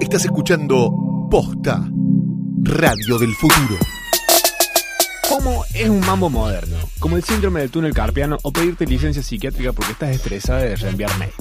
Estás escuchando Posta, Radio del Futuro. ¿Cómo es un mambo moderno? Como el síndrome del túnel carpiano o pedirte licencia psiquiátrica porque estás estresada de reenviar mails.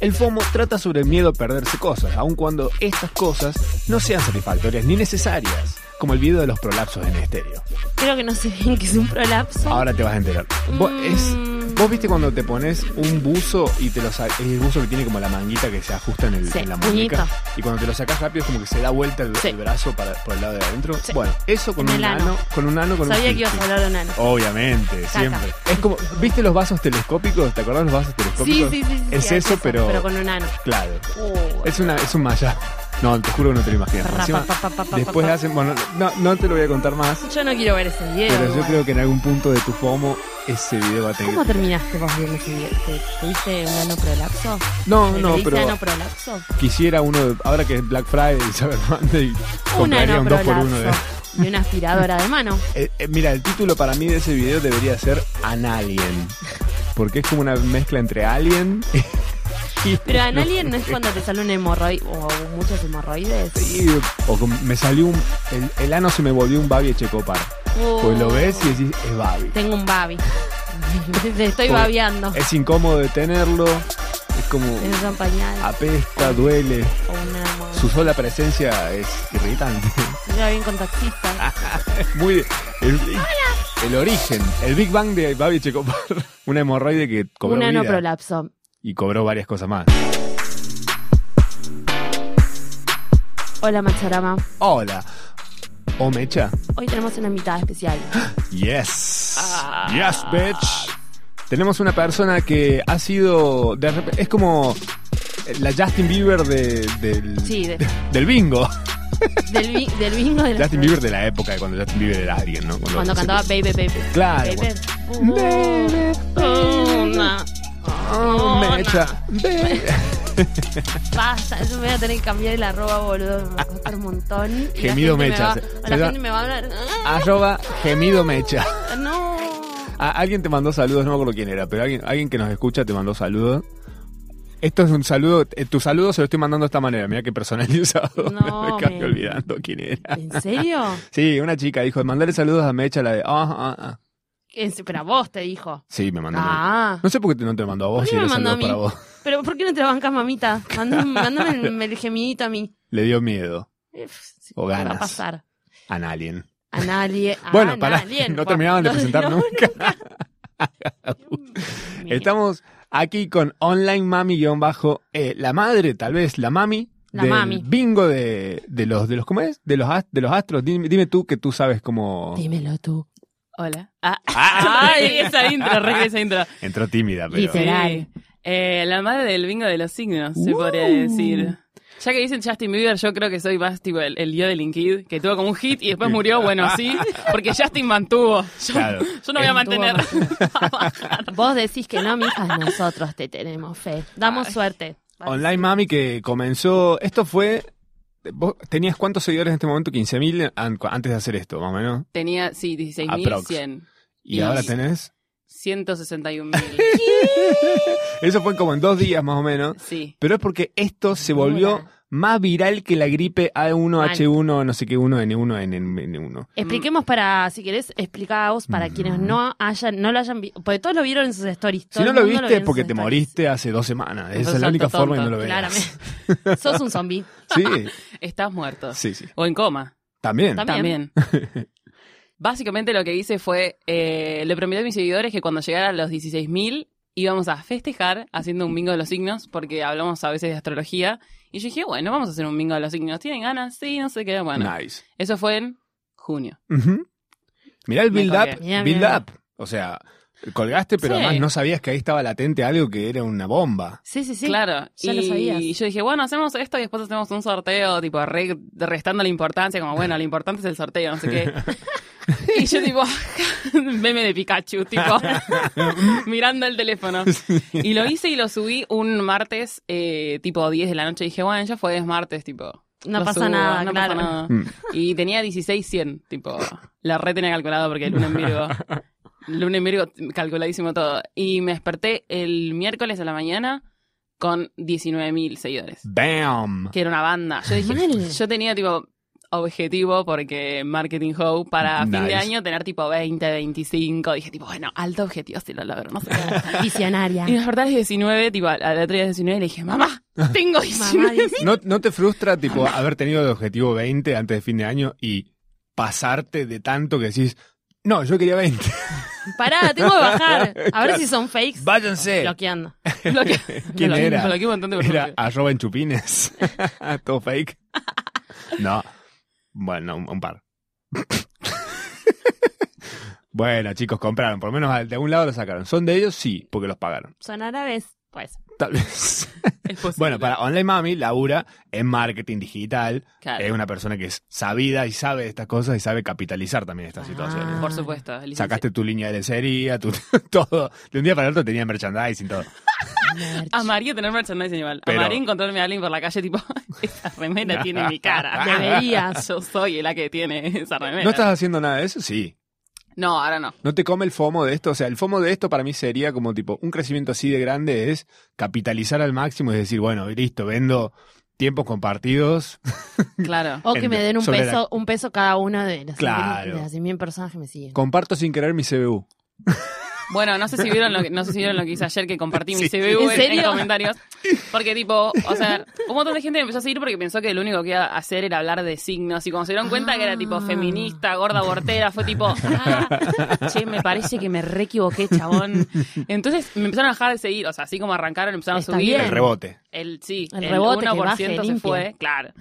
El FOMO trata sobre el miedo a perderse cosas, aun cuando estas cosas no sean satisfactorias ni necesarias, como el video de los prolapsos en estéreo. Creo que no sé bien qué es un prolapso. Ahora te vas a enterar. Vos, Mm. es- vos viste cuando te pones un buzo y te lo sa- Es el buzo que tiene como la manguita que se ajusta en, el, Sí, en la muñeca. puñito. Y cuando te lo sacas rápido es como que se da vuelta el, Sí. el brazo para, por el lado de adentro. Sí. Bueno, eso con En un el ano. ano, con un ano, con un Sabía que ibas a fisting. hablar de un ano. Obviamente, Saca. siempre. Es como, ¿viste los vasos telescópicos? ¿Te acordás los vasos Sí, telescópicos? sí, sí, sí. Es sí, eso, pero. Pero con un ano. Claro. Uh, Es una, es un malla. No, te juro que no te lo imaginas. Ra, pa, Encima, pa, pa, pa, pa, después pa. hacen. Bueno, no, no te lo voy a contar más. Uh, Yo no quiero ver ese video. Pero yo igual. creo que en algún punto de tu FOMO ese video va a tener ¿Cómo que- terminaste vos viendo ese video? ¿Te ¿Tuviste un ano prolapso? No, ¿Te Ah, no, pediste pero ano prolapso? quisiera uno de- ahora que es Black Friday y Cyber Monday Un compraría ano un 2 por 1 de prolapso. Y una aspiradora de mano. Eh, eh, mira, el título para mí de ese video debería ser Analien. Porque es como una mezcla entre Alien y. Pero en alien no es cuando te sale un hemorroide o muchos hemorroides. y- o como- me salió un. El, el ano se me volvió un Babi Checopar. Uh, Pues lo ves y decís, es Babi. Tengo un babi. Te estoy Porque babeando. Es incómodo de tenerlo. Es como. Es un pañal Apesta, duele. o un ano. Ah. Su sola presencia es irritante. Yo la vi en contactista. Muy bien. El, el origen, el Big Bang de Babi Checopar. Una hemorroide que cobró Un ano vida prolapso. y cobró varias cosas más. Hola, Machorama. Hola. ¿O Mecha? Hoy tenemos una invitada especial. Yes. Ah. Yes, bitch. Tenemos una persona que ha sido. de rep- es como la Justin Bieber de- del, Sí, de- del bingo. Del, bi- del bingo de la Justin Bieber de la época, cuando Justin Bieber era alguien, ¿no? Cuando cantaba Baby Baby. Claro. Baby. bueno. Baby, Oh, baby. no. Oh, no. Mecha. Baby. Basta, yo me voy a tener que cambiar el arroba, boludo. Me va a costar un montón. Y la Gemido gente me Mecha. va- Se- o se la llama- gente me va a hablar. Arroba gemido Mecha. "Ah, No. A- alguien te mandó saludos, no me acuerdo quién era, pero alguien, alguien que nos escucha te mandó saludos. Esto es un saludo, eh, tu saludo se lo estoy mandando de esta manera, mira qué personalizado. No, me acabé me- olvidando quién era. ¿En serio? Sí, una chica dijo, mandale saludos a Mecha, la de... "Ah, ah, ah". Es- Pero a vos te dijo. Sí, me mandó. Ah. No sé por qué no te lo mandó a ¿Por vos, qué si me era mandó a saludos mí? para vos. Pero ¿por qué no te la bancas, mamita? Mándame, mándame el, el gemidito a mí. Le dio miedo Eh, pf, sí, O ¿qué Va ganas. a pasar. a alguien. A nadie. Ah, a bueno, pará, nadie, no Juan. terminaban de No, presentar no, nunca. Dios mío. Estamos aquí con Online Mami-E, eh, la madre, tal vez, la mami. La del mami. Bingo de, de los, de los, ¿cómo es? De los, as- de los astros. Dime, dime tú que tú sabes cómo. Dímelo tú. Hola. Ah. Ah. Ay, esa intro, regresa intro. Entró tímida, pero. Dice. Literal. Sí. Eh, la madre del bingo de los signos, se podría decir. Ya que dicen Justin Bieber, yo creo que soy más tipo el, el Yodeling Kid, que tuvo como un hit y después murió, bueno, sí, porque Justin mantuvo. Yo, Claro. yo no voy a mantener. Vos decís que no, mijas, nosotros te tenemos fe. Damos Ay. suerte. Online Mami que comenzó. Esto fue. ¿Vos tenías cuántos seguidores en este momento? 15.000 an- antes de hacer esto, más o menos. Tenía, sí, Aprox. 16.100. Y Y- ahora tenés. 161.000. Eso fue como en dos días, más o menos. Sí. Pero es porque esto se volvió más viral que la gripe A1H1, no sé qué, 1N1N1. Expliquemos para, si querés, explicaos para Mm. quienes no hayan, no lo hayan visto, porque todos lo vieron en sus stories. Si todo no el lo mundo viste vio en porque sus te stories. moriste hace dos semanas. Esa Sos es la única tonto, forma y no tonto, lo veas. Claramente. Sos un zombie. Sí, Estás muerto. sí, sí. O en coma. También. También. También. Básicamente lo que hice fue, eh, le prometí a mis seguidores que cuando llegara a los 16.000 íbamos a festejar haciendo un bingo de los signos, porque hablamos a veces de astrología. Y yo dije, bueno, vamos a hacer un bingo de los signos. ¿Tienen ganas? Sí, no sé qué. Bueno, Nice. eso fue en junio. Ujú. Mirá el Me build up. colgué. Mirá, build mirá. up. O sea, colgaste, pero Sí. además no sabías que ahí estaba latente algo que era una bomba. Sí, sí, sí. claro. ya y lo sabías. yo dije, bueno, hacemos esto y después hacemos un sorteo, tipo, re- restando la importancia, como, bueno, lo importante es el sorteo, no sé qué. Y yo tipo, meme de Pikachu, tipo, mirando el teléfono. Y lo hice y lo subí un martes, eh, tipo 10 de la noche. Y dije, bueno, ya fue, es martes, tipo. No lo pasa subo, nada, no claro. pasa nada. Mm. Y tenía 16.100, tipo, la red tenía calculado porque el lunes en Virgo. Lunes en Virgo, calculadísimo todo. Y me desperté el miércoles a la mañana con 19.000 seguidores. ¡Bam! Que era una banda. Yo dije, Mal. yo tenía tipo objetivo porque Marketing How para fin de Nice. año tener tipo 20, 25. Dije tipo, bueno, alto objetivo si lo logro, no sé qué. Visionaria. Y la verdad es 19, tipo, a la otra día 19 le dije, mamá, tengo 19. Mamá dice, ¿No, ¿No te frustra, tipo, haber tenido el objetivo 20 antes de fin de año y pasarte de tanto que decís, no, yo quería 20? pará, tengo que bajar. A ver si son fakes. ¡Váyanse! Bloqueando. Bloqueé- ¿Quién bloqueé- era? bloqueé un montón de Era personas. arroba en chupines. Todo fake. No. Bueno, un, un par. bueno, chicos, compraron. Por lo menos al- de algún lado lo sacaron. ¿Son de ellos? Sí, porque los pagaron. Son árabes. Pues. Tal vez. Es posible. bueno, para Online Mami, Laura en marketing digital. Claro. Es una persona que es sabida y sabe de estas cosas y sabe capitalizar también estas situaciones. Por supuesto. Ah, licencia. Sacaste tu línea de lencería, tu, todo. De un día para el otro tenía merchandising, todo. merch. Amaría tener merchandising igual. Pero- Amaría encontrarme a alguien por la calle tipo, esa remera tiene mi cara. Deberías. Yo soy la que tiene esa remera. ¿No estás haciendo nada de eso? Sí. No, ahora no. ¿No te come el FOMO de esto? O sea, el FOMO de esto para mí sería como tipo, un crecimiento así de grande es capitalizar al máximo y decir, bueno, listo, vendo tiempos compartidos. Claro. O que Gente, me den un sobre la- peso, un peso cada una de las, Claro. de las mil personas que me siguen. Comparto sin querer mi CBU. Bueno, no sé si vieron lo que, no sé si vieron lo que hice ayer que compartí mi Sí. CBU ¿En en, en serio? comentarios. Porque tipo, o sea, un montón de gente me empezó a seguir porque pensó que lo único que iba a hacer era hablar de signos. Y cuando se dieron cuenta que era tipo Ah. feminista, gorda, bortera, fue tipo, ah, che, me parece que me re equivoqué, chabón. Entonces me empezaron a dejar de seguir, o sea, así como arrancaron, empezaron Está a subir. bien. El rebote. El, sí, El el, rebote que 1% baje, se limpia. fue, claro.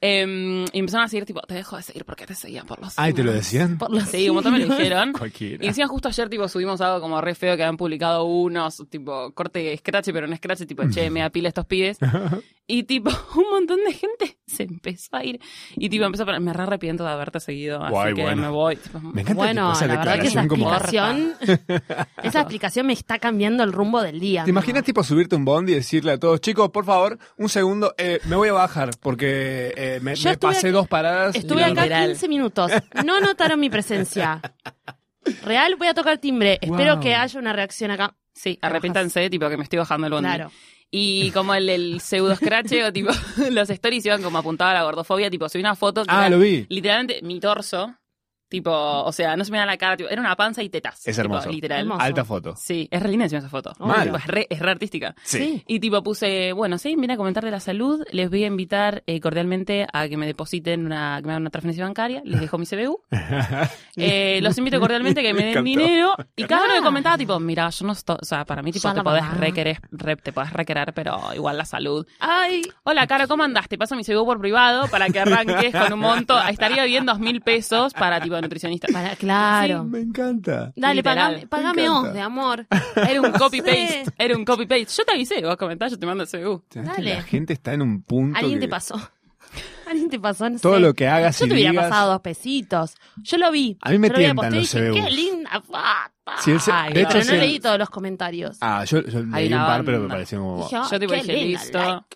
Em, y empezaron a seguir tipo, te dejo de seguir porque te seguía por los Ay, ¿te lo signos. decían? Por los Sí, un montón me lo signos. dijeron. Y Cualquiera. encima justo ayer tipo subimos algo como re feo que habían publicado unos, tipo corte scratch, pero no scratch, tipo che, me apila estos pibes. Y tipo, un montón de gente se empezó a ir. Y tipo, empezó a poner, me re arrepiento de haberte seguido, así Guay, que bueno. me voy. Tipo, Me encanta Bueno, tipo esa la verdad que esa declaración como... explicación- explicación, esa explicación me está cambiando el rumbo del día. ¿Te imaginas tipo subirte un bond y decirle a todos, chicos, por favor, un segundo, eh, me voy a bajar porque eh, me, Yo me estuve pasé aquí- dos paradas. y Estuve no- acá Literal. 15 minutos. No notaron mi presencia. Real, voy a tocar timbre. Espero Wow. que haya una reacción acá. Sí, arrepiéntanse, tipo que me estoy bajando el bondi. Claro. Y como el, el pseudo scratch o tipo, los stories iban como apuntada a la gordofobia, tipo, subí una foto que Ah, era lo vi. literalmente mi torso, tipo, o sea, no se me da la cara, tipo, era una panza y tetas. Es tipo, hermoso. literal. Hermoso. Alta foto. Sí, es re linda encima esa foto. Mal. Tipo, es, re, es re artística. Sí. Y tipo puse, bueno, sí, vine a comentar de la salud, les voy a invitar eh, cordialmente a que me depositen una, que me hagan una transferencia bancaria, les dejo mi CBU, Eh, los invito cordialmente a que Me me den encantó. dinero y cada uno Ah. que comentaba tipo, mira, yo no estoy, o sea, para mí tipo Ya te la podés, verdad. requerer, re- te podés requerer, pero igual la salud. Ay, Hola, Caro, ¿cómo andás? Te paso mi CBU por privado para que arranques con un monto, estaría bien dos mil pesos para tipo nutricionista. para- claro. Me encanta. Dale, Literal. pagame, pagame Me encanta. os de amor. Era un copy paste, Sí. era un copy paste. Yo te avisé, vos comentás, yo te mando el CBU. Dale. La gente está en un punto Alguien que te pasó. Alguien te pasó, no todo sé. lo que hagas Yo y te hubiera digas- pasado dos pesitos. Yo lo vi. A mí me Yo lo vi tientan posté y los dije, CBUs. Qué linda foto. Si él se- Ay, de no, hecho, Pero si no él- leí todos los comentarios. Ah, yo, yo Hay leí un una par, pero me banda. pareció como... Dije, Yo tipo qué dije, linda, listo. like.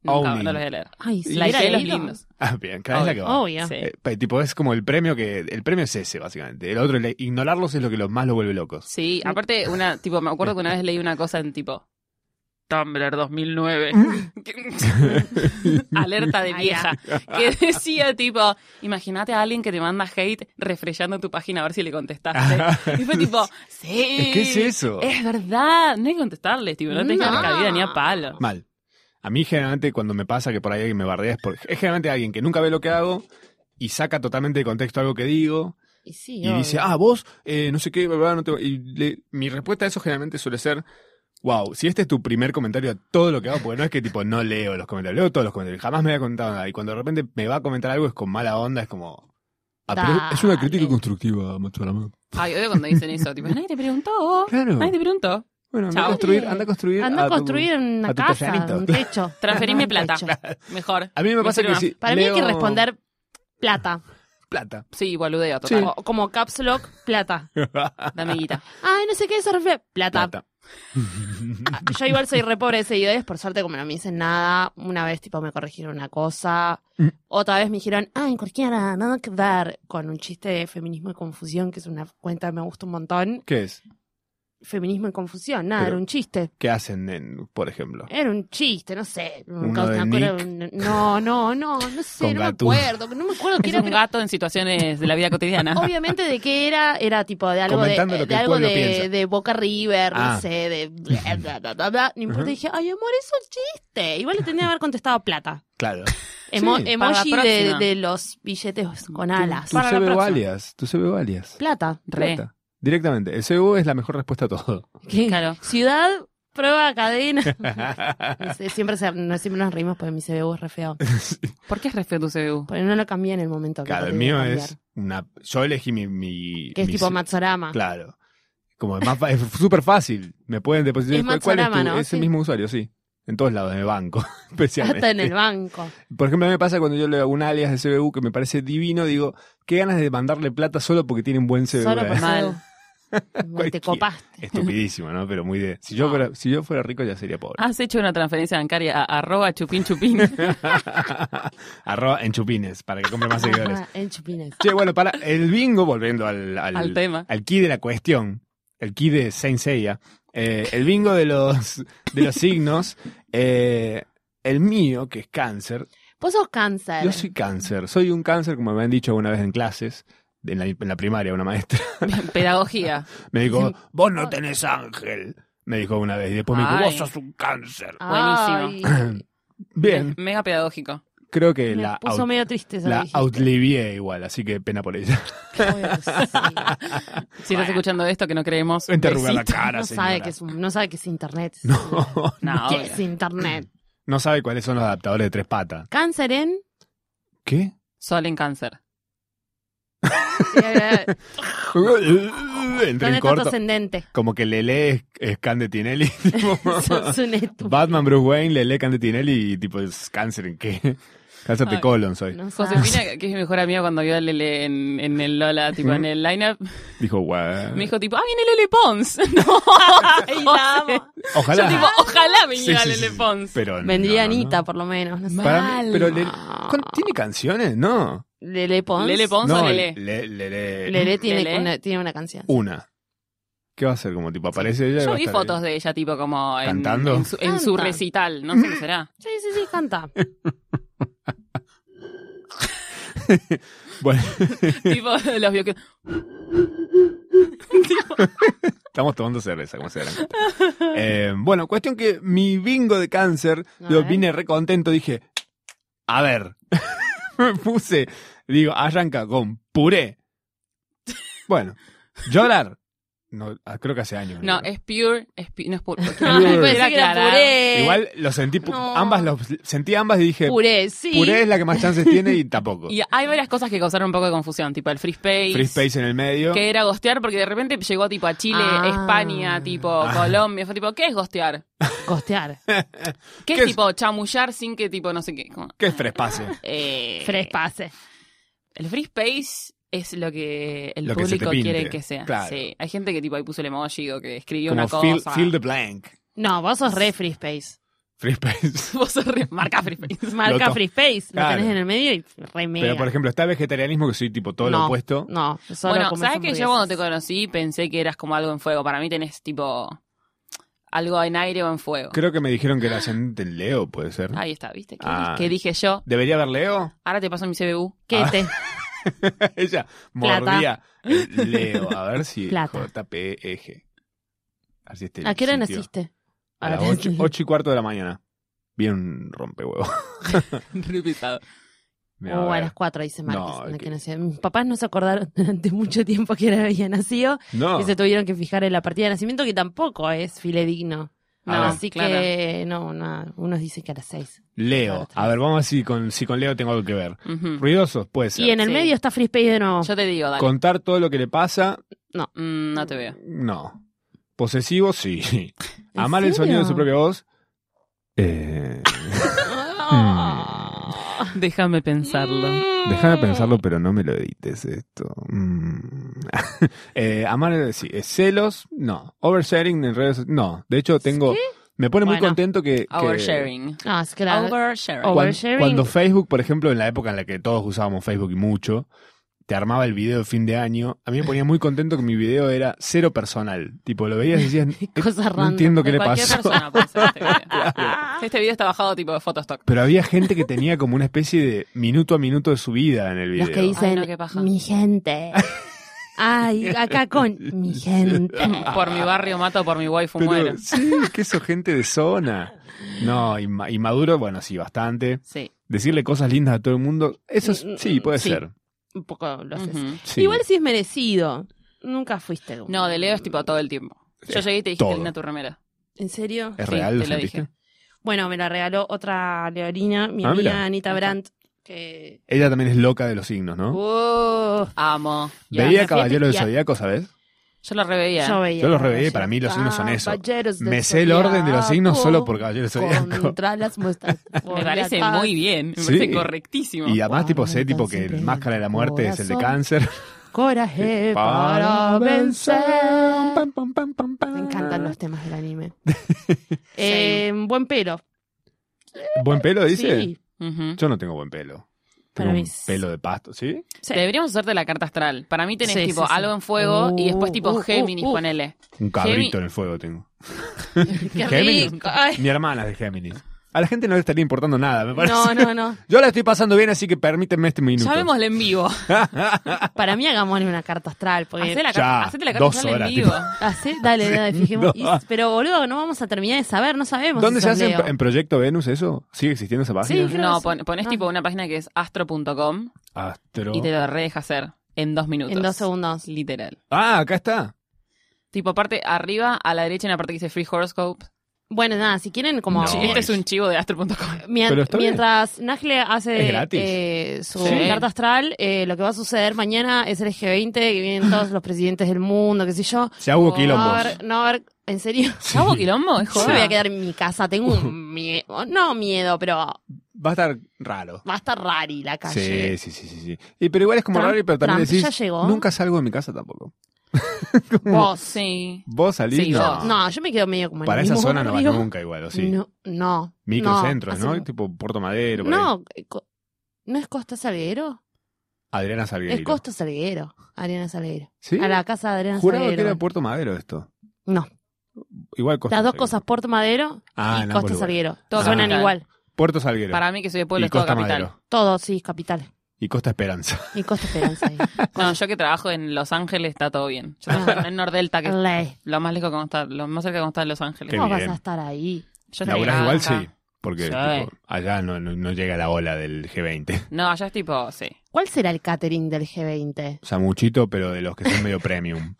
Nunca, Owning. no los voy a leer. Ay, si La hubiera idea de los leído. lindos. Ah, bien, claro, es la que va. Obvio. Sí. Eh, pe- tipo, es como el premio que... El premio es ese, básicamente. El otro, el- ignorarlos es lo que los más los vuelve locos. Sí, aparte, una, tipo, me acuerdo que una vez leí una cosa en tipo Tumblr 2009. Alerta de Ay, vieja. Que decía, tipo, imagínate a alguien que te manda hate refreshando tu página a ver si le contestaste. Y fue tipo, sí. Es que es eso. Es verdad. No hay que contestarles, tipo, no te No. dejan cabida ni a palo. Mal. A mí generalmente cuando me pasa que por ahí alguien me bardea es, por- es generalmente alguien que nunca ve lo que hago y saca totalmente de contexto algo que digo Y sí, y obvio. dice, ah, vos, eh, no sé qué, bla, bla, no te... Y le- mi respuesta a eso generalmente suele ser, wow, si este es tu primer comentario a todo lo que hago, porque no es que tipo no leo los comentarios, leo todos los comentarios, jamás me había comentado nada. Y cuando de repente me va a comentar algo es con mala onda, es como... "Ah, pero es una crítica Dale. constructiva, Matsurama. Ay, odio cuando dicen eso. Tipo, nadie te preguntó. Claro. Nadie te preguntó. Bueno, anda a Chao. construir, anda a construir. ah, Anda a tu- construir una a tu casa, tallerito. un techo. Transferime Armar un plata. techo. Mejor. A mí me pasa que sirve. si Para mí hay que leo responder plata. Plata. Sí, boludeo, total. O- como caps lock, plata. Dame guita. Ay, no sé qué es plata. plata. Plata. Ah, Yo igual soy re pobre de seguidores, por suerte como no me dicen nada, una vez tipo me corrigieron una cosa, Mm. otra vez me dijeron, ay, cualquiera, nada que ver, con un chiste de feminismo y confusión, que es una cuenta que me gusta un montón. ¿Qué es? feminismo en confusión, nada, Pero- era un chiste. ¿Qué hacen, en, por ejemplo? Era un chiste, no sé. Uno causa- de me acuerdo, Nick. No, no, no, no Con sé, no me Gatú. acuerdo. No me acuerdo que Es era. un pero gato en situaciones de la vida cotidiana. Obviamente de qué era, era tipo de algo de, Comentando lo que de el algo pueblo piensa. de, de Boca River, Ah. no sé, de bla, bla, bla, bla, bla, No importa, Ujú. dije, ay amor, es un chiste. Igual le tendría que haber contestado plata. Claro. Emo- Sí. Para emoji la de, próxima. de los billetes con alas. Tu Para la CV próxima. valias, tu CV valias. Plata. Re. Plata. Directamente. El CV es la mejor respuesta a todo. ¿Qué? Claro. Ciudad, prueba, cadena. No sé, siempre, se- no, siempre nos reímos porque mi CBU es re feo. ¿Por qué es re feo tu CBU? Porque no lo cambié en el momento. que Claro, lo el tenía que mío cambiar. es una. Yo elegí mi. mi Que es mi tipo C- Matsorama. Claro. Como es más fa- es súper fácil. Me pueden depositar. Es ¿Cuál, cuál es Matsurama, tu- ¿no? Ese Sí. mismo usuario, sí. En todos lados, en el banco, especialmente. Hasta en el banco. Por ejemplo, a mí me pasa cuando yo leo un alias de CBU que me parece divino, digo, qué ganas de mandarle plata solo porque tiene un buen CBU. Solo por ¿eh? mal. Te Cualquiera. copaste. Estupidísimo, ¿no? Pero muy de... Si yo, fuera, si yo fuera rico ya sería pobre. Has hecho una transferencia bancaria a arroba chupín chupín. Arroba en chupines, para que compre más seguidores. Ajá, en chupines. Che, bueno, para el bingo, volviendo al, Al tema. Al key de la cuestión. El key de Saint Seiya. Eh, el bingo de los, de los signos. eh, el mío, que es cáncer. Vos sos cáncer. Yo soy cáncer. Soy un cáncer, como me han dicho alguna vez en clases. de- En la, en la primaria, una maestra. Pedagogía. Me dijo, vos no tenés ángel. Me dijo una vez. Y después me dijo, Ay. vos sos un cáncer. Ah, Ay, Bien, Mega pedagógico. creo que Me la, puso out- medio triste eso la que dijiste. outlivié igual, así que pena por ella. Obvio, sí. Si estás escuchando esto, que no creemos. Te arruga la besito. cara, No señora. sabe, que es un- no sabe que es internet. No, No, ¿Qué obvio. es internet? no sabe cuáles son los adaptadores de tres patas. Cáncer en... ¿Qué? Sol en cáncer. Entré ¿Dónde en está tu corto. ascendente? Como que Lele es, es Candetinelli. Sos un estúpido. Batman, Bruce Wayne, Lele Candetinelli y tipo es cáncer en qué. Cáncer de Ay. colon soy. No sabe. Josefina, que es mi mejor amiga, cuando vio a Lele en, en el Lola, tipo en el lineup, Dijo, guau. me dijo tipo, ah, viene Lele Pons. No, Ay, la amo. Ojalá. yo tipo, ojalá Sí, viniera sí, sí, Lele sí. Pons. Pero no, Vendría no, no. Anita, por lo menos. No sé. Para mí- Mal. pero Lele, ¿con- ¿tiene canciones? No. Lele Pons. Lele Pons no, o Lele. Le- Lele- Lele tiene, Lele. Una, tiene una canción. Una. ¿Qué va a hacer? Como tipo, aparece ella. y va Yo a vi estar fotos de ella, tipo, como en, ¿Cantando? en su, en su Canta. recital. No sé qué será. Sí, sí, sí, canta. ahí. Bueno, tipo, los vio que. estamos tomando cerveza, como se darán cuenta. Eh, bueno, cuestión que mi bingo de cáncer, A yo ver. vine re contento, dije, a ver. Me puse, digo, arranca con puré. Bueno, llorar. No, ah, creo que hace años. No, creo. es pure. Es pu- no es pure. Ay, Ah, pensé Quiero que era aclarar. puré. Igual lo sentí, pu- No. ambas los, sentí ambas y dije, Puré, sí. puré es la que más chances tiene y tampoco. Y hay varias cosas que causaron un poco de confusión, tipo el free space. Free space en el medio. Que era gostear porque de repente llegó tipo a Chile, Ah. España, tipo Ah. Colombia. Fue tipo, ¿qué es gostear? Costear. ¿Qué, ¿Qué es es? tipo chamullar sin que tipo no sé qué? Como, ¿Qué es frespase? eh, Fresh pase. El free space es lo que el Lo que se te público pinte, quiere que sea. claro. Sí. Hay gente que tipo ahí puso el emoji o que escribió Como una cosa. fill, fill the blank. No, vos sos re Free Space. Free space. Vos sos re- marca free space. Marca Loco. Free Space. Claro. Lo tenés en el medio y re mega. Pero por ejemplo, está vegetarianismo, que soy tipo todo lo No, opuesto. No, solo bueno, comés ¿sabes que yo hamburguesas. cuando te conocí pensé que eras como algo en fuego? Para mí tenés tipo algo en aire o en fuego. Creo que me dijeron que era ascendente en Leo, puede ser. Ahí está, ¿viste? ¿Qué, Ah. qué dije yo? ¿Debería haber Leo? Ahora te paso mi CBU. ¿Qué Ah. te? Ella Plata. mordía el Leo. A ver si Plata. JPEG. Así está el ¿A qué hora sitio. naciste? A las Ahora- 8, y cuarto de la mañana. Bien rompehuevo. Repitado. Me va O "Uh, a ver. las 4 dice Marcos. No, la que- que nació. Mis papás no se acordaron durante mucho tiempo que era había nacido No. y se tuvieron que fijar en la partida de nacimiento que tampoco es filedigno. A No, ver. así que no, no, unos dicen que a las 6. Leo. A ver, vamos a ver si con, si con Leo tengo algo que ver. Ujú. Ruidosos, puede ser. Mm. Y en el Sí. medio está Free Space de nuevo. Yo te digo, dale. Contar todo lo que le pasa, Mm, no te veo. No. Posesivo, sí. ¿En Amar el serio? sonido de su propia voz. Eh, Ah. Déjame pensarlo. Déjame Mm. pensarlo, pero no me lo edites esto. Mm. Eh, amar, el- sí. Eh, Celos, no. Oversharing en redes No. De hecho, tengo. Me pone muy Bueno. contento que. que Oversharing. Ah, es que la- Oversharing. cuan- Oversharing. Cuando, Facebook, por ejemplo, en la época en la que todos usábamos Facebook y mucho, te armaba el video de fin de año, a mí me ponía muy contento que mi video era cero personal. Tipo, lo veías y decías, "Eh, Cosa no random. Ah. entiendo qué De le cualquier pasó. persona puede ser este video. Sí, Este video está bajado tipo de Photostock. Pero había gente que tenía como una especie de minuto a minuto de su vida en el video. Los que dicen, Ay, no, qué paja. mi gente. Ay, acá con mi gente. Por mi barrio mato, por mi waifu Pero, muero. sí, que eso gente de zona. No, y, ma- y Maduro, bueno, sí, bastante. Sí, Mm, Decirle cosas lindas a todo el mundo, eso es- sí, puede Sí. ser. un poco lo haces. Ujú. Sí. Igual si es merecido. Nunca fuiste. un- No, de Leo es tipo todo el tiempo. Yo llegué y te dije Todo. que linda tu remera. ¿En serio? ¿Es sí, real? te lo sentiste? dije. Bueno, me la regaló otra leonina, mi Ah, amiga mira. Anita Ajá. Brandt, que... Ella también es loca de los signos, ¿no? Uf, Amo. Ya, Veía me fui- Caballero del ya. Zodíaco, ¿sabes? Yo la reveía. yo veía. Ah, Yo los reveía y para mí los signos son eso. Caballeros del Me sé el orden de los signos Zodiaco solo por Caballero del Zodíaco. Contra las muestras. Me parece Por la muy bien. Me Sí. parece correctísimo. Y además, tipo, sé tipo que Siempre el en máscara de la tu muerte es el de corazón. cáncer. Coraje para vencer. Pam, pam, pam, pam, pam. Me encantan los temas del anime. Eh, buen pelo. ¿Buen pelo, dice? Sí. Ujú. Yo no tengo buen pelo. Para Tengo mí un sí. pelo de pasto, ¿sí? Sí. Deberíamos hacerte la carta astral. Para mí tenés Sí, tipo sí, sí. algo en fuego y después tipo Uh, uh, Géminis, uh. ponele. Un cabrito en el fuego tengo. Qué Géminis. rico. Ay, Mi hermana es de Géminis. A la gente no le estaría importando nada, me parece. No, no, no. Yo la estoy pasando bien, así que permítanme este minuto. Llamémosle en vivo. Para mí hagámosle una carta astral. Porque Hacé Ya, la carta- Hacete la carta dos astral horas, en vivo. Así, dale, dale, fijemos. No. Y- pero boludo, no vamos a terminar de saber, no sabemos. ¿Dónde si se sos hace en, Leo. en Proyecto Venus eso? ¿Sigue existiendo esa página? Sí. creo No, que pon- ponés Ah. tipo una página que es astro.com Astro. y te lo re deja hacer en dos minutos. En dos segundos. Literal. Ah, acá está. Tipo, parte arriba, a la derecha, en la parte que dice Free Horoscope. Bueno, nada, si quieren, como. No, Sí, este es un chivo de astro.com. Mien- Pero está bien. mientras Nagle Es hace gratis. eh, su Sí. carta astral, eh, lo que va a suceder mañana es el G20, que vienen todos los presidentes del mundo, qué sé yo. Se hago Por- No va a quilombos. haber, no va a haber- en serio. Sí. ¿Hago quilombo? Es Yo me voy a joda. quedar en mi casa, tengo un miedo, no miedo, pero va Va a estar raro. a estar rari la Sí, calle. sí, sí, sí, sí. Y, pero igual es como Trump- raro, pero también Trump decís, ya llegó. nunca salgo de mi casa tampoco. Vos. Sí. ¿Vos salís? Sí, no. vos. No, yo me quedo medio como en Para el esa mismo zona no vas barrio. nunca igual, ¿o sí? No, no. Microcentros, ¿no? Este hace- Tipo Puerto Madero. por ahí. No, eh, co- ¿no es Costa Salguero? Adriana Salgueiro. Es Costa Salguero, Adriana Salguero. ¿Sí? A la casa de Adriana Juraba que Salguero. era Puerto Madero esto. No, Igual Costa las dos Salguero. cosas, Puerto Madero Ah, en y ambos Costa lugares. Salguero. Todo Suenan capital. igual. Puerto Salguero. Para mí que soy de pueblo y es todo Costa capital. Madero. Todo, sí, capital. Y Costa Esperanza. Y Costa Esperanza. ahí. No, yo que trabajo en Los Ángeles está todo bien. Yo trabajo en Nordelta, que es Ley. lo más lejos que está, lo más cerca que está en Los Ángeles. Qué ¿Cómo bien. vas a estar ahí? Yo estoy Laburás acá. igual sí. Porque Sí. tipo, allá no, no- no llega la ola del G20. No, allá es tipo, sí. ¿Cuál será el catering del G20? Samuchito, pero de los que son medio premium.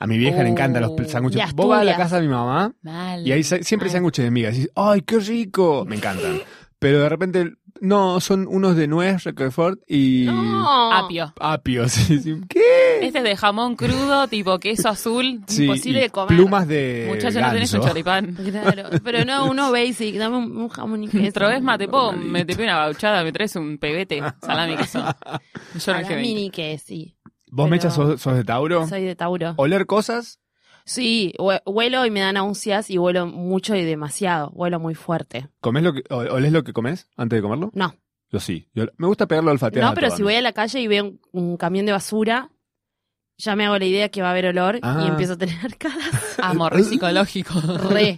A mi vieja le Oh. encantan los De sanguchitos. Asturias. Vos vas a la casa de mi mamá Mal. y ahí sa- siempre hay sándwiches de miga. Y Decís, ¡ay, qué rico! Me encantan. Pero de repente, no, son unos de nuez, Roquefort y No. Apio. apios. Y decís, ¿Qué? Este es de jamón crudo, tipo queso azul. Sí, imposible y de comer. Plumas de Muchachos, no tenés Eh, ganso. un choripán. Claro, pero no, uno basic, dame un, un jamón y queso. Otro vez más te puedo, me te pido una bauchada, me traes un pebete, salami queso. Yo no Para es que veinte. mini que sí. ¿Vos, Pero- Mecha, sos, sos de Tauro? Soy de Tauro. ¿Oler cosas? Sí, hue- huelo y me dan náuseas y huelo mucho y demasiado. Huelo muy fuerte. ¿Comés lo que, o- ¿Olés lo que comés antes de comerlo? No, Yo sí. Yo- me gusta pegarlo al no, pero si voy a la calle y veo un, un camión de basura, ya me hago la idea que va a haber olor Ah. y empiezo a tener arcadas. Amor re psicológico. Re,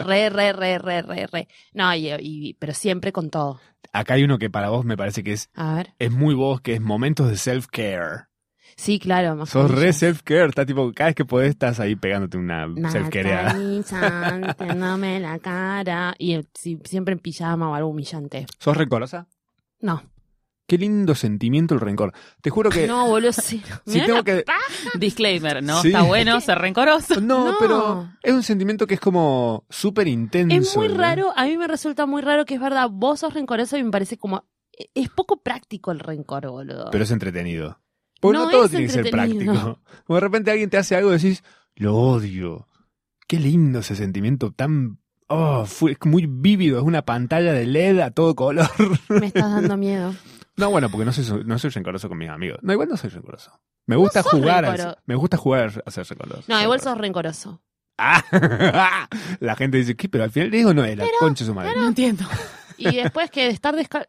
re, re, re, re, re, re. No, y, y- pero siempre con todo. Acá hay uno que para vos me parece que es, A ver. es muy vos, que es momentos de self-care. Sí, claro. más Sos re comillas. self-care. Está tipo, cada vez que podés estás ahí pegándote una self-careada. Natalizante, dándome la cara. Y el- si- siempre en pijama o algo humillante. ¿Sos rencorosa? No, Qué lindo sentimiento el rencor. Te juro que... no, boludo, sí. si Me da tengo una- que... Disclaimer, ¿no? Sí. Está bueno, ser rencoroso. No, No. pero es un sentimiento que es como súper intenso. Es muy ¿no? raro, a mí me resulta muy raro que es verdad, vos sos rencoroso y me parece como... e, Es poco práctico el rencor, boludo. Pero es entretenido. Porque no, No todo es tiene que ser entretenido. práctico. Como de repente alguien te hace algo y decís, lo odio. Qué lindo ese sentimiento tan... Oh, fu- es muy vívido, es una pantalla de LED a todo color. Me estás dando miedo. No, bueno, porque no soy, no soy rencoroso con mis amigos. No, igual no soy rencoroso. Me gusta sos jugar a rencoro- ser- Me gusta jugar a ser rencoroso. No, igual sos rencoroso. Ah, la gente dice, ¿qué? Pero al final digo no era, concha de su madre. No entiendo. Y después que de ¿Mm? estar descalzo...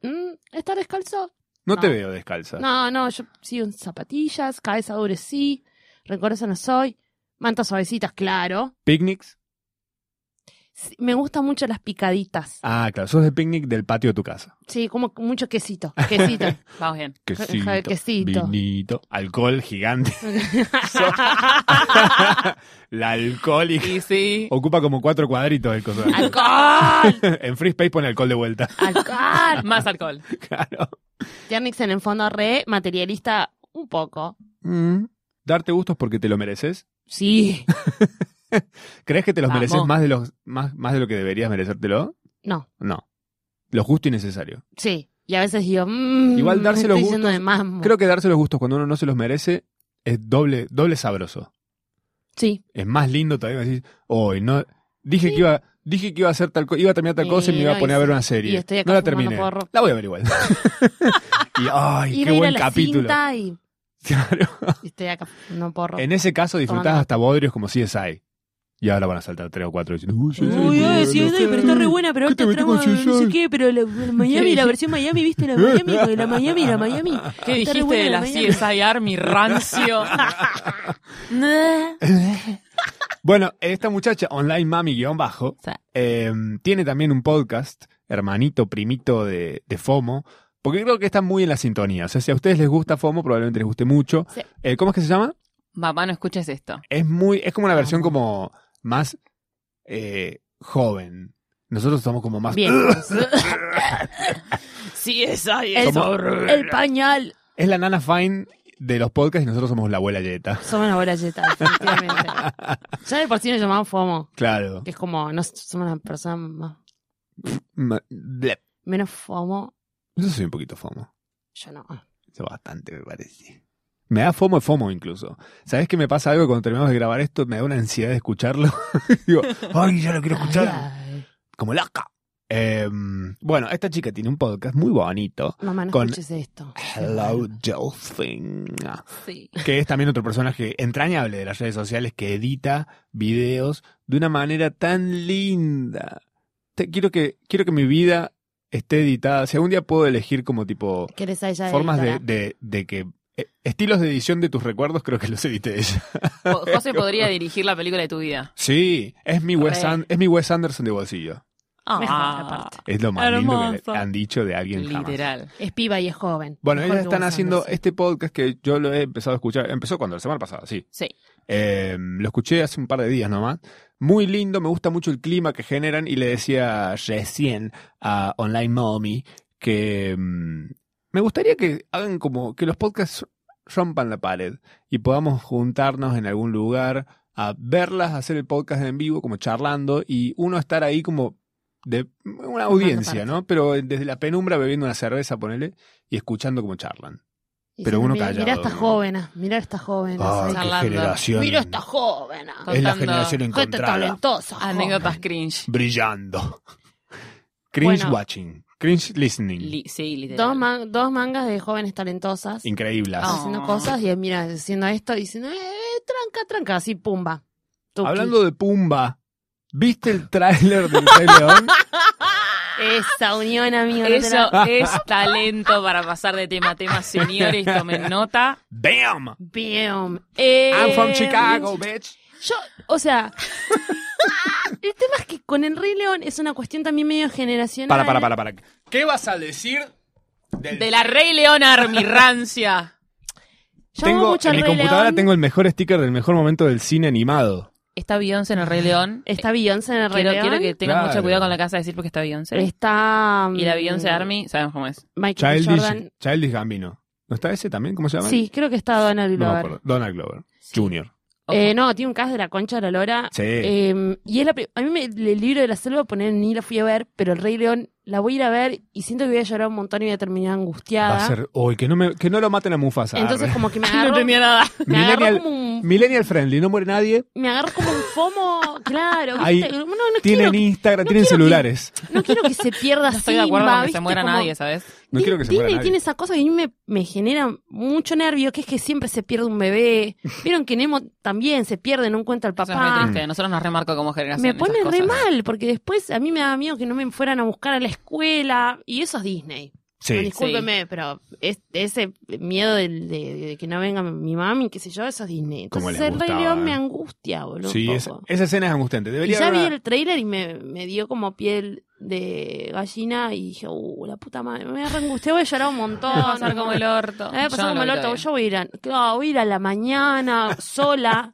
Estar descalzo No, te No. veo descalza. No, no, yo sigo en zapatillas, cabeza dura sí, rencorosa no soy, mantas suavecitas, claro. ¿Picnics? Sí, me gustan mucho las picaditas. Ah, claro, sos de picnic del patio de tu casa. Sí, como mucho quesito, quesito. Vamos bien. Quesito, Deja el quesito. vinito, alcohol gigante. Sos la alcohólica. Y sí. Ocupa como cuatro cuadritos el coso. ¡Alcohol! en Free Space pone alcohol de vuelta. ¡Alcohol! Más alcohol. Claro. Tiernix en el fondo re materialista un poco. Mm. Darte gustos porque te lo mereces. Sí. ¿Crees que te los Vamos. mereces más de los más, más de lo que deberías merecértelo? No, No. Lo justo y necesario. sí. Y a veces digo, mmm, Igual darse me los estoy yendo gustos, de mambo. Creo que darse los gustos cuando uno no se los merece es doble doble sabroso. Sí. Es más lindo todavía decís, "Hoy no dije que iba dije que iba a hacer tal cosa, iba a terminar tal Y cosa y me iba a no poner a ver hice. una serie. Y estoy acá no la fumando terminé. porro. La voy a ver igual. y ay, Ir qué a ir a buen la capítulo. cinta y Claro. y estoy acá no porro. En ese caso disfrutás Tomando. hasta bodrios como CSI. Y ahora van a saltar tres o cuatro diciendo, uy, CSI, Uy, muy ay, bueno". sí, ay, pero está re buena, pero ¿Qué ahorita te metí tramo con no sé Shishan? qué, pero la, la Miami, la versión Miami, viste, la Miami, porque la Miami, la Miami. ¿Qué Está re dijiste buena de la Miami. CSI Army rancio? Bueno, esta muchacha, online mami guión bajo, Sí. eh, tiene también un podcast, hermanito, primito de, de FOMO, porque creo que está muy en la sintonía. O sea, si a ustedes les gusta FOMO, probablemente les guste mucho. Sí. Eh, ¿Cómo es que se llama? Mamá, no escuches esto. Es muy, es como una versión como más eh, joven. Nosotros somos como más... Bien. CSI El- es Somos- horrible. El pañal. Es la nana fine de los podcasts y nosotros somos la abuela Yeta. Somos una bola yeta, definitivamente. ya de por sí nos llamaban FOMO, Claro. que es como, no sé, somos la persona más- Ma- bleh. menos FOMO. Yo soy un poquito FOMO. Yo no. Yo bastante, me parece. Me da FOMO el FOMO incluso. ¿Sabes que me pasa algo cuando terminamos de grabar esto? Me da una ansiedad de escucharlo. Digo, ay, ya lo quiero escuchar. Ay, Como lasca. Eh, bueno, esta chica tiene un podcast muy bonito. mamá, no Con- escuches esto. Hello, Delphine. Sí. Que es también otro personaje entrañable de las redes sociales que edita videos de una manera tan linda. Te- quiero, que, quiero que mi vida esté editada. Si algún día puedo elegir como tipo ¿Querés a ella formas de, editora? de- de que eh, estilos de edición de tus recuerdos creo que los edité ella. Jo- José podría dirigir la película de tu vida. Sí, es mi Wes, Re. An- es mi Wes Anderson de bolsillo. Ah, Mejor, aparte. Es lo más lindo que Hermoso. le han dicho de alguien jamás. Literal. Es piba y es joven. Bueno, Mejor ellas que están vos, haciendo Anderson. este podcast que yo lo he empezado a escuchar. Empezó cuando la semana pasada, sí. Sí. Eh, lo escuché hace un par de días nomás. Muy lindo, me gusta mucho el clima que generan y le decía recién a Online Mommy que mm, me gustaría que hagan como que los podcasts rompan la pared y podamos juntarnos en algún lugar a verlas, hacer el podcast en vivo, como charlando y uno estar ahí como de una audiencia, parte. ¿no? Pero desde la penumbra bebiendo una cerveza, ponele, y escuchando como charlan. Y pero dicen, uno "Mirá- Mirá callado, esta ¿no? joven, mirá esta joven. Ah, ¿sabes? charlando. Mirá esta Es joven. la Contando eh. generación Gente encontrada. talentosa. joven". Anécdotas cringe. brillando. Cringe Bueno. watching, cringe listening. Li- sí, literal. Dos, man- dos mangas de jóvenes talentosas Increíbles. Ah. haciendo Oh. cosas y él, mira, diciendo esto, diciendo, eh, tranca, tranca, así, pumba. Tuki. Hablando de Pumba, ¿viste el tráiler del Rey León? Esa unión, amigo. no te Eso la- es talento para pasar de tema a tema, señores. Tomen nota. ¡Bam! Bam. I'm from Eh, Chicago, bitch. Yo, o sea, el tema es que con el Rey León es una cuestión también medio generacional. Para, para, para, para. ¿Qué vas a decir del... De la Rey León Army rancia. Yo amo tengo, mucho en al mi Rey computadora León. tengo el mejor sticker del mejor momento del cine animado. Está Beyoncé en el Rey León. Está Beyoncé en el Rey Quiero, León. quiero que tengas Claro. mucho cuidado con la casa de decir porque está Beyoncé. Está... Y la Beyoncé mm, Army, sabemos cómo es. Michael Childish, Jordan. Childish Gambino. ¿No está ese también? ¿Cómo se llama? Sí, creo que está Donald No me Glover. acuerdo. Donald Glover. Junior. Ojo. Eh, no, tiene un caso de la concha de la lora. Sí. Eh, y es la pri- a mí me- el libro de la selva poner ni la fui a ver, pero el Rey León la voy a ir a ver y siento que voy a llorar un montón y voy a terminar angustiada. Va a ser... hoy que, no me- que no lo maten a Mufasa. Entonces arre. como que me no agarro, entendía nada. me agarro Millennial- como un Millennial friendly, no muere nadie. me agarro como un fomo, claro, Ahí ¿viste? no, no Tienen quiero, que- Instagram, no tienen quiero que- celulares. no quiero que se pierda No estoy de acuerdo Simba, con que ¿viste? se muera Como nadie, ¿sabes? No Di- quiero que se Disney muera nadie. tiene esa cosa que a mí me, me genera mucho nervio, que es que siempre se pierde un bebé. Vieron que Nemo también se pierde, no encuentra al Eso es muy papá. triste. Nosotros nos remarco como generación. Me esas pone re cosas. mal, porque después a mí me daba miedo que no me fueran a buscar a la escuela. Y eso es Disney. Bueno, Sí. discúlpeme, pero es- ese miedo del- de, de que no venga mi mami, qué sé yo, eso es Disney. Como Entonces les el Rey gustaba, León eh. me angustia, boludo. Sí, un es- poco. esa escena es angustiante. Y Debería ya vi haber una- el trailer y me, me dio como piel de gallina y dije, uh, la puta madre, me reangustié, voy a llorar un montón. Va a pasar como el orto. Me voy a pasar Yo Ah, no como lo el vi orto. todavía. Yo voy a ir a, claro, voy a, ir a la mañana sola,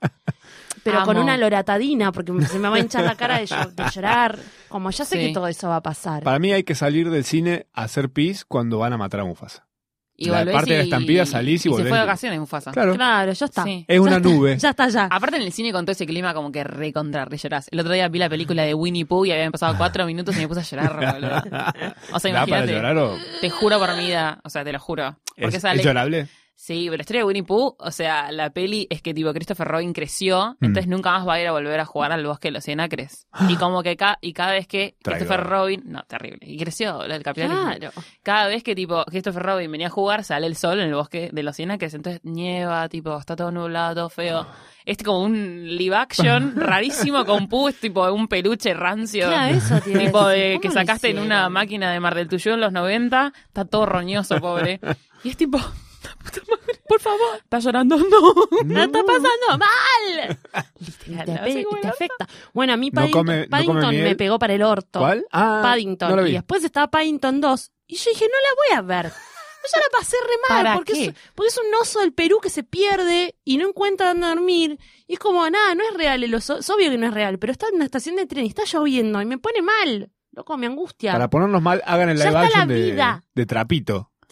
pero con Amo. una loratadina, porque se me va a hinchar la cara de, llo- de llorar. Como ya sé Sí. que todo eso va a pasar. Para mí hay que salir del cine a hacer pis cuando van a matar a Mufasa. Y La volvés parte de la y- estampida salís y Se volvés. fue de vacaciones, Mufasa. Claro. Claro, ya está. Sí. Es una nube. Ya está, ya. Aparte en el cine con todo ese clima como que re contra re llorás. El otro día vi la película de Winnie Pooh y habían pasado cuatro minutos y me puse a llorar, boludo. O sea, ¿Da para imagínate. llorar o Te juro por mi vida, o sea, te lo juro. es, Porque es sale. llorable? Sí, pero la historia de Winnie Pooh, o sea, la peli es que tipo Christopher Robin creció, Mm. entonces nunca más va a ir a volver a jugar al bosque de los cienacres. Y como que ca- y cada vez que Traidor. Christopher Robin, no, terrible, y creció boludo, el capitalismo. Claro. Cada vez que tipo Christopher Robin venía a jugar, sale el sol en el bosque de los cienacres, entonces nieva, tipo, está todo nublado, todo feo. Ah. Es como un live action rarísimo con Pooh, es tipo un peluche rancio. Claro, eso te iba a Tipo decir. de ¿Cómo que lo sacaste en una hicieron? máquina de Mar del Tuyú en los 90, está todo roñoso, pobre. Y es tipo, "La puta madre, por favor, está llorando, no. ¡La está pasando mal! Y te, Literal, así ape- como te el afecta. Bueno, a mí No Paddington, come- no come Paddington miel. me pegó para el orto. ¿Cuál? Ah, Paddington. no la vi. Y después estaba Paddington 2. Y yo dije, no la voy a ver. Yo ya la pasé re mal. ¿Para porque, qué? Es, porque es un oso del Perú que se pierde y no encuentra dónde dormir. Y es como, nada, no es real. El oso, es obvio que no es real, pero está en una estación de tren y está lloviendo y me pone mal. Loco, me angustia. Para ponernos mal, hagan el Ya live está la action de, vida. de Trapito.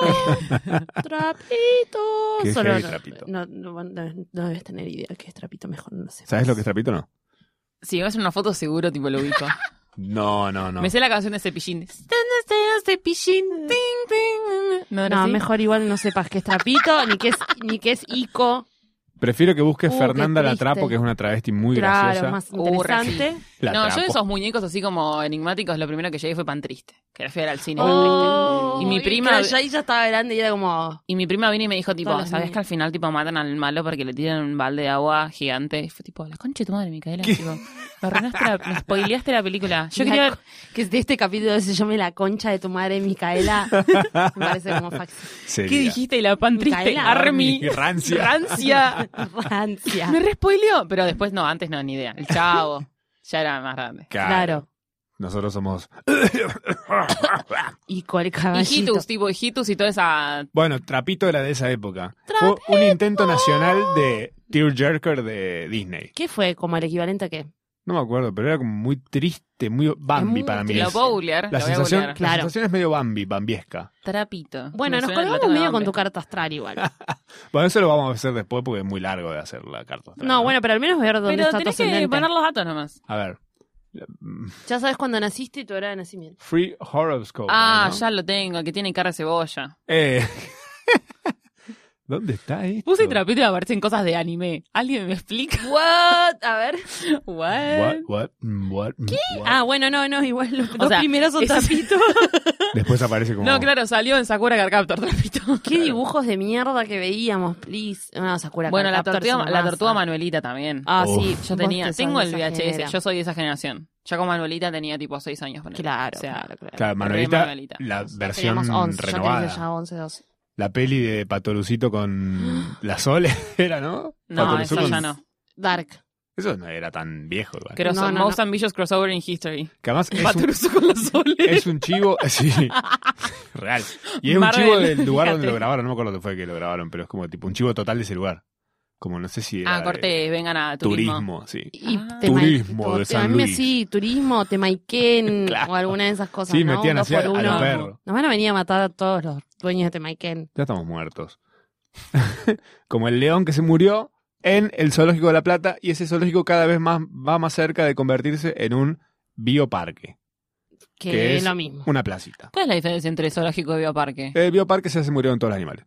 ¡Trapito! ¡Trapito! Qué Solo heavy no, trapito. No, no, no- no debes tener idea que es trapito mejor, no sé. ¿Sabes lo que es Trapito no? Si ves una foto, seguro, tipo, lo ubico. No, no, no. Me sé la canción de Cepillín. Este No, era No, así? mejor igual no sepas qué es trapito, ni qué es, ni qué es ico. Prefiero que busques Uh, qué Fernanda la triste. Trapo, que es una travesti muy Claro, graciosa. más Uh, interesante. La no, yo Trapo. de esos muñecos así como enigmáticos, lo primero que llegué fue pan triste. Que era fui al cine. Pan Oh, Triste. Y mi prima. claro, ya ahí ya estaba grande y era como. Y mi prima vino y me dijo, tipo, Todos los ¿sabes niños. que al final, tipo, matan al malo porque le tiran un balde de agua gigante? Y fue tipo, la concha de tu madre, Micaela. Tipo, me arruinaste la, me spoileaste la película. Yo la quería ver. co- Que de este capítulo se llame La concha de tu madre, Micaela. Me parece como fax. Sería. ¿Qué dijiste? Y la pan triste, Micaela. Army. Rancia. Rancia. Rancia. Me re spoileó. Pero después, no, antes no, ni idea. El chavo. Ya era más grande. Claro. Nosotros somos. Ico el caballito. Hijitus, tipo, hijitus y toda esa. Bueno, Trapito era de esa época. Fue un intento nacional de Tearjerker de Disney. ¿Qué fue? Como el equivalente a qué? No me acuerdo, pero era como muy triste, muy Bambi muy para mí. Lo es. puedo googlear. La lo voy a sensación, googlear. la Claro. sensación es medio Bambi, Bambiesca. Trapito. Bueno, Me nos suena el colgamos otro medio con nombre. tu carta astral igual. Bueno, eso lo vamos a hacer después porque es muy largo de hacer la carta. astral, No, bueno, pero al menos ver dónde Pero está tu tenés ascendente. que poner los datos nomás. A ver. Mm, Ya sabes cuándo naciste y tu hora de nacimiento. Free Horoscope. Ah, ¿no? ya lo tengo, que tiene cara de cebolla. Eh. ¿Dónde está esto? Puse trapito y me aparecen cosas de anime. ¿Alguien me explica? What? A ver. What, What? what, mm, what, mm, what. Ah, bueno, no, no, igual los dos sea, primeros son esa- trapitos. Después aparece como. No, claro, salió en Sakura Card Captor trapito. Qué dibujos de mierda que veíamos, please. No, Sakura Bueno, Card la Captor tortuga, es una la masa. tortuga Manuelita también. Ah, Uf. sí, yo vos tenía, que sos tengo de el esa VHS, genera. yo soy de esa generación. Yo con Manuelita tenía tipo 6 años. ponele. Claro, O sea, claro, claro. Claro, Re Manuelita, Manuelita. la versión Teníamos 11, yo tenía renovada. ya 11, 12. La peli de Patorucito con la Sole era, ¿no? No, Patorucito eso con- ya no. Dark. Eso no era tan viejo igual. Pero No, son no, Most Ambitious Crossover in History. Que además es un, Patoruso con la Sole. es un chivo, sí, real. Y es Marvel, un chivo del lugar donde fíjate. lo grabaron, no me acuerdo dónde fue que lo grabaron, pero es como tipo un chivo total de ese lugar. Como no sé si era Ah, de corte, vengan a eh, turismo. turismo. sí. Y Ah. te ma- Turismo tu- de San a mí me- Luis. Sí, turismo, Temaiken Claro. o alguna de esas cosas. Sí, ¿no? metían Un así dos a- por a los uno. perros. Nos van a venir a matar a todos los dueños de Temaiken. Ya estamos muertos. como el león que se murió en el zoológico de La Plata y ese zoológico cada vez más va más cerca de convertirse en un bioparque, que, Que es es lo mismo. una placita. ¿Cuál es la diferencia entre zoológico y bioparque? El bioparque ya se murieron todos los animales.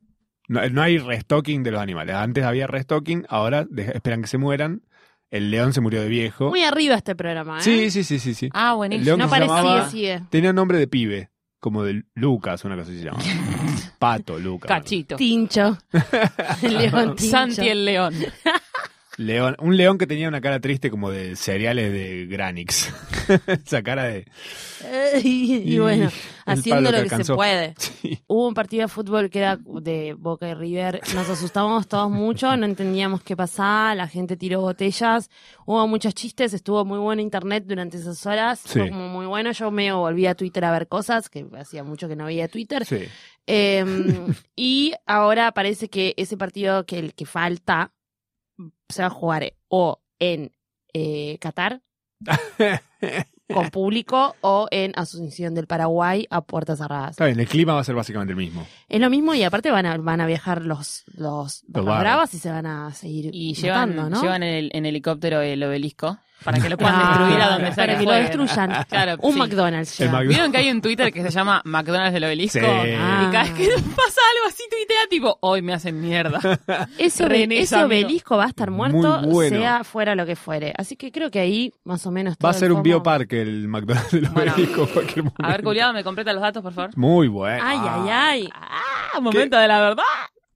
No, no hay restocking de los animales. Antes había restocking, ahora de- esperan que se mueran. El león se murió de viejo. Muy arriba este programa, ¿eh? Sí, sí, sí, sí, sí. Ah, El león que buenísimo. No se parecía, eh. llamaba- sigue. Tenía nombre de pibe, como de Lucas, una cosa así se llama. Pato, Lucas. Cachito. Tincho. León Tincho. Santi el león. León, un león que tenía una cara triste como de cereales de Granix. Esa cara de. y, y bueno, el haciendo palo lo que alcanzó. se puede. Sí. Hubo un partido de fútbol que era de Boca y River. Nos asustamos todos mucho, no entendíamos qué pasaba, la gente tiró botellas, hubo muchos chistes, estuvo muy bueno internet durante esas horas, Sí. fue como muy bueno. Yo me volví a Twitter a ver cosas, que hacía mucho que no veía Twitter. Sí. Em, y ahora parece que ese partido que el que falta se va a jugar o en eh, Qatar con público o en Asunción del Paraguay a puertas cerradas. Está bien, el clima va a ser básicamente el mismo. Es lo mismo y aparte van a, van a viajar los, los Barras barras. bravas y se van a seguir Y llevan, matando, ¿no? llevan en, el, en helicóptero el obelisco para que lo puedan Ah, destruir a donde sea para que lo jueguen. destruyan. Claro, Un sí. McDonald's. El llevan. Mac- ¿Vieron que hay un Twitter que se llama McDonald's del obelisco? Sí. Y cada vez que pasa algo así, tuitea tipo, hoy me hacen mierda. Ese, obe- René ese Samio. obelisco va a estar muerto, Muy bueno. sea fuera lo que fuere. Así que creo que ahí más o menos todo Va a el ser un FOMO- bioparque el McDonald's del Bueno. obelisco en cualquier momento. A ver, Juliado, ¿me completa los datos, por favor? Muy bueno. Ay, ay, Ah. ay. Ah, momento de la verdad.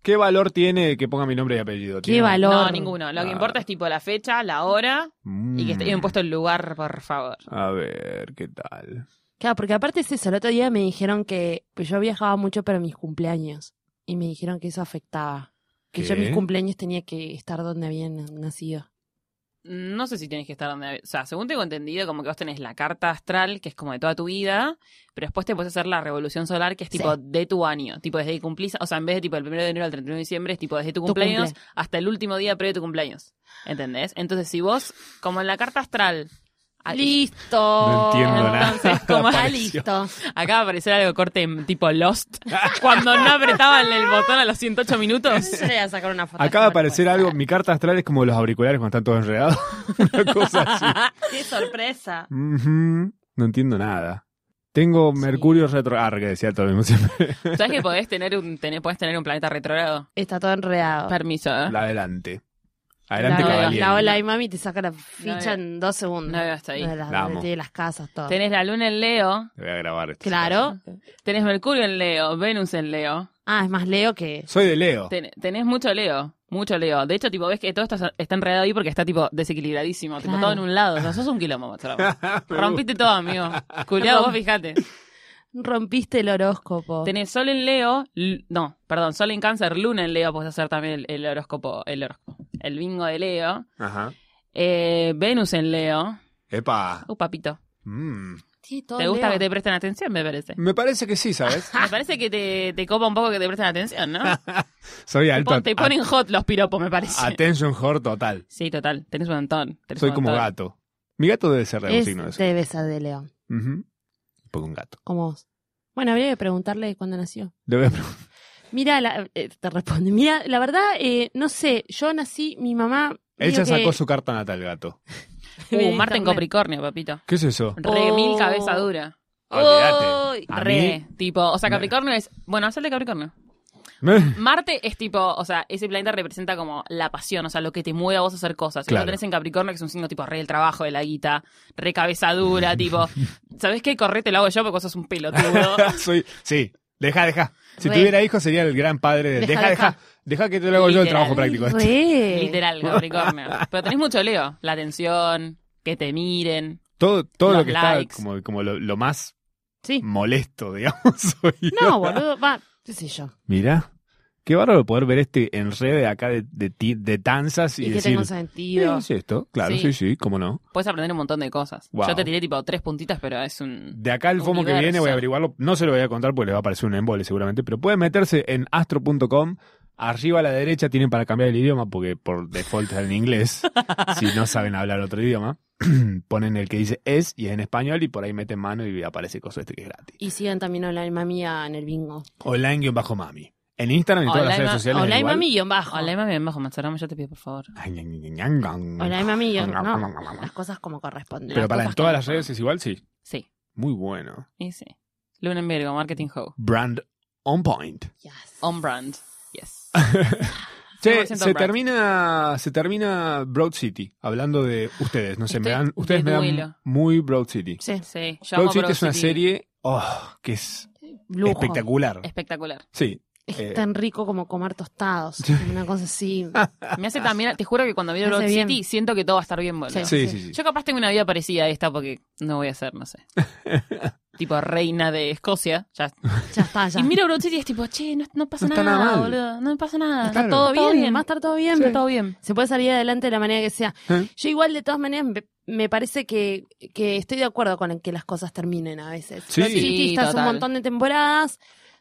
¿Qué valor tiene que ponga mi nombre y apellido? Qué valor. No, ninguno. Lo que importa es tipo la fecha, la hora y que esté bien puesto el lugar, por favor. Mm. A ver, ¿qué tal? Claro, porque aparte es eso. El otro día me dijeron que pues yo viajaba mucho para mis cumpleaños. Y me dijeron que eso afectaba. Que yo ¿Qué? mis cumpleaños tenía que estar donde habían nacido. No sé si tenés que estar donde... O sea, según tengo entendido, como que vos tenés la carta astral, que es como de toda tu vida, pero después te puedes hacer la revolución solar, que es tipo de tu año. Tipo desde que cumplís... O sea, en vez de tipo el 1 de enero al 31 de diciembre, es tipo desde tu Tu cumpleaños cumple. hasta el último día previo a tu cumpleaños. ¿Entendés? Entonces, si vos, como en la carta astral... ah, ¡Listo! No entiendo nada. Oh, Entonces, como Está Apareció. "Ah, listo. Acaba de aparecer algo corte en tipo Lost, cuando no apretaban el botón a los 108 minutos. Yo le voy a sacar una foto. Acaba de aparecer algo. Mi carta astral es como los auriculares cuando están todos enredados. Una cosa así. ¡Qué sorpresa! Ujú. No entiendo nada. Tengo Mercurio retro. Ah, que decía todo el mismo siempre. ¿Sabes que podés tener un, tenés- podés tener un planeta retrógrado? Está todo enredado. Permiso. ¿eh? La adelante. Adelante, La- caballero. la ola y mami te saca la ficha en dos segundos. No veo hasta ahí. De las, La amo. de las casas, todo. Tenés la luna en Leo, Te voy a grabar esto. Claro. tenés Mercurio en Leo, Venus en Leo. Ah, es más Leo que... Soy de Leo. Ten- tenés mucho Leo, mucho Leo. De hecho, tipo, ves que todo esto está enredado ahí porque está tipo desequilibradísimo, tipo Claro. todo en un lado. O sea, sos un quilombo, Mazzaramo. Me Rompiste todo, amigo. Culeado, vos fijate. Rompiste el horóscopo. Tenés Sol en Leo, l- no, perdón, Sol en Cáncer, Luna en Leo, podés hacer también el, el horóscopo, el horóscopo, el bingo de Leo. gusta. Ajá. Eh, Venus en Leo. Epa. Uh, papito. Mm. Sí, todo ¿Te gusta Leo. que te presten atención, me parece? Me parece que sí, ¿sabes? Me parece que te, te copa un poco que te presten atención, ¿no? Soy Te, alto. pon- te ponen hot los piropos, me parece. Attention whore total. Sí, total. Tenés un montón. tenés Soy un como montón. gato. Mi gato debe ser de algún Es- signo de eso. debe ser de Leo. Ujú. Pongo un gato. como vos. Bueno, habría que preguntarle cuándo nació. Le voy a preguntar. Mira, la- eh, te responde. Mira, la verdad, eh, no sé. Yo nací, mi mamá. Él ya dijo que- sacó su carta natal, gato. Uh, Marte en Capricornio, papito. ¿Qué es eso? Re Oh. mil cabeza dura. Olvídate. Uy, A Re. mí- Tipo, o sea, Capricornio es. Bueno, haz el de Capricornio. Marte es tipo, o sea, ese planeta representa como la pasión, o sea, lo que te mueve a vos a hacer cosas. Y Claro. lo tenés en Capricornio, que es un signo tipo re del trabajo, de la guita, re cabeza dura, tipo, ¿sabés qué? Correte, lo hago yo porque vos sos un pelotudo. Soy, sí, deja, deja. Si Re. tuviera hijos sería el gran padre de... Deja, Deja, deja. deja. Deja que te lo hago yo el Literal. trabajo práctico. este. Re. Literal, Capricornio. Pero tenés mucho Leo. La atención, que te miren. Todo, todo lo Los que está likes. como, como lo, lo más Sí. molesto, digamos. soy yo. No, boludo, va. ¿Qué sé yo? Mira, qué bárbaro poder ver este enrede acá de, de, ti- de tanzas y, Y, que decir... tengo sentido. "Eh, es esto? Claro, sí. Sí. sí, cómo no. Puedes aprender un montón de cosas. Wow. Yo te tiré tipo tres puntitas, pero es un. De acá el FOMO que Universo. viene voy a averiguarlo. No se lo voy a contar porque les va a parecer un embole seguramente, pero pueden meterse en astro.com. Arriba a la derecha tienen para cambiar el idioma porque por default está en inglés. si no saben hablar otro idioma, ponen el que dice es y es en español y por ahí meten mano y aparece cosa este que es gratis. Y sigan también online mami en el bingo. Online-mami. En Instagram y en todas las Online redes ma- sociales. Online igual. mami guión bajo. Hola, mami, bajo Mazzarama, yo te pido, por favor. Ay, ña, ña, ña, ña, ña. Online mami guión. No, las cosas como corresponden. Pero para en cosas todas que- las redes es igual, sí. Sí, Muy bueno. y sí. Luna en Virgo, Marketing How. Brand on point. Yes. On brand. Yes. Che, 100% se Brad. termina, se termina Broad City, hablando de ustedes, no sé, me Estoy dan, ustedes de me dan duelo. muy Broad City. Sí, Sí, yo Broad amo City Broad es una City. serie oh, que es lujo. espectacular. espectacular. Sí, Es Eh. tan rico como comer tostados. Una cosa así. Me hace también, te juro que cuando vi Me Broad hace City bien. siento que todo va a estar bien, boludo. Sí, Sí. sí, sí. Yo capaz tengo una vida parecida a esta porque no voy a ser, no sé. tipo reina de Escocia. Ya. Ya está, ya. Y miro Broad City y es tipo, che, no, no pasa No está nada, nada mal. boludo. No me pasa nada. Está Claro. todo bien. Va a estar todo bien. Está todo bien. Se puede salir adelante de la manera que sea. ¿Eh? Yo igual, de todas maneras, me, me parece que, que estoy de acuerdo con el que las cosas terminen a veces. Sí. Broad City Sí, está hace un total. montón de temporadas.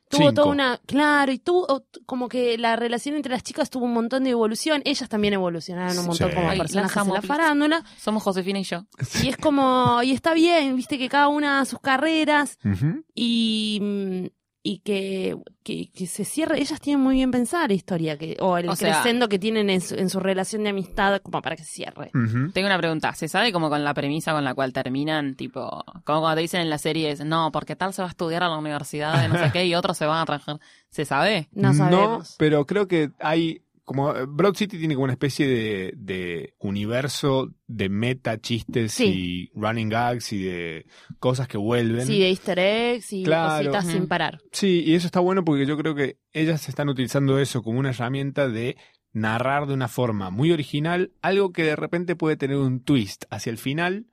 Tuvo Cinco. toda una... Claro, y tuvo t- como que la relación entre las chicas tuvo un montón de evolución. Ellas también evolucionaron un montón Sí. como Ay, personajes en lanzamos la pizza. farándula. Somos Josefina y yo. Y es como... Y está bien, viste que cada una a sus carreras Ujú. y, mm, y que, que, que se cierre. Ellas tienen muy bien pensada la historia, que, o el O sea- crescendo que tienen en su, en su relación de amistad, como para que se cierre. Ujú. Tengo una pregunta. ¿Se sabe como con la premisa con la cual terminan? Tipo, como cuando te dicen en las series, no, porque tal se va a estudiar a la universidad de no sé qué y otros se van a trabajar. ¿Se sabe? No sabemos. pero creo que hay. Como eh, Broad City tiene como una especie de, de universo de meta chistes Sí. y running gags y de cosas que vuelven. Sí, de easter eggs y Claro. cositas Ujú. sin parar. Sí, y eso está bueno porque yo creo que ellas están utilizando eso como una herramienta de narrar de una forma muy original algo que de repente puede tener un twist hacia el final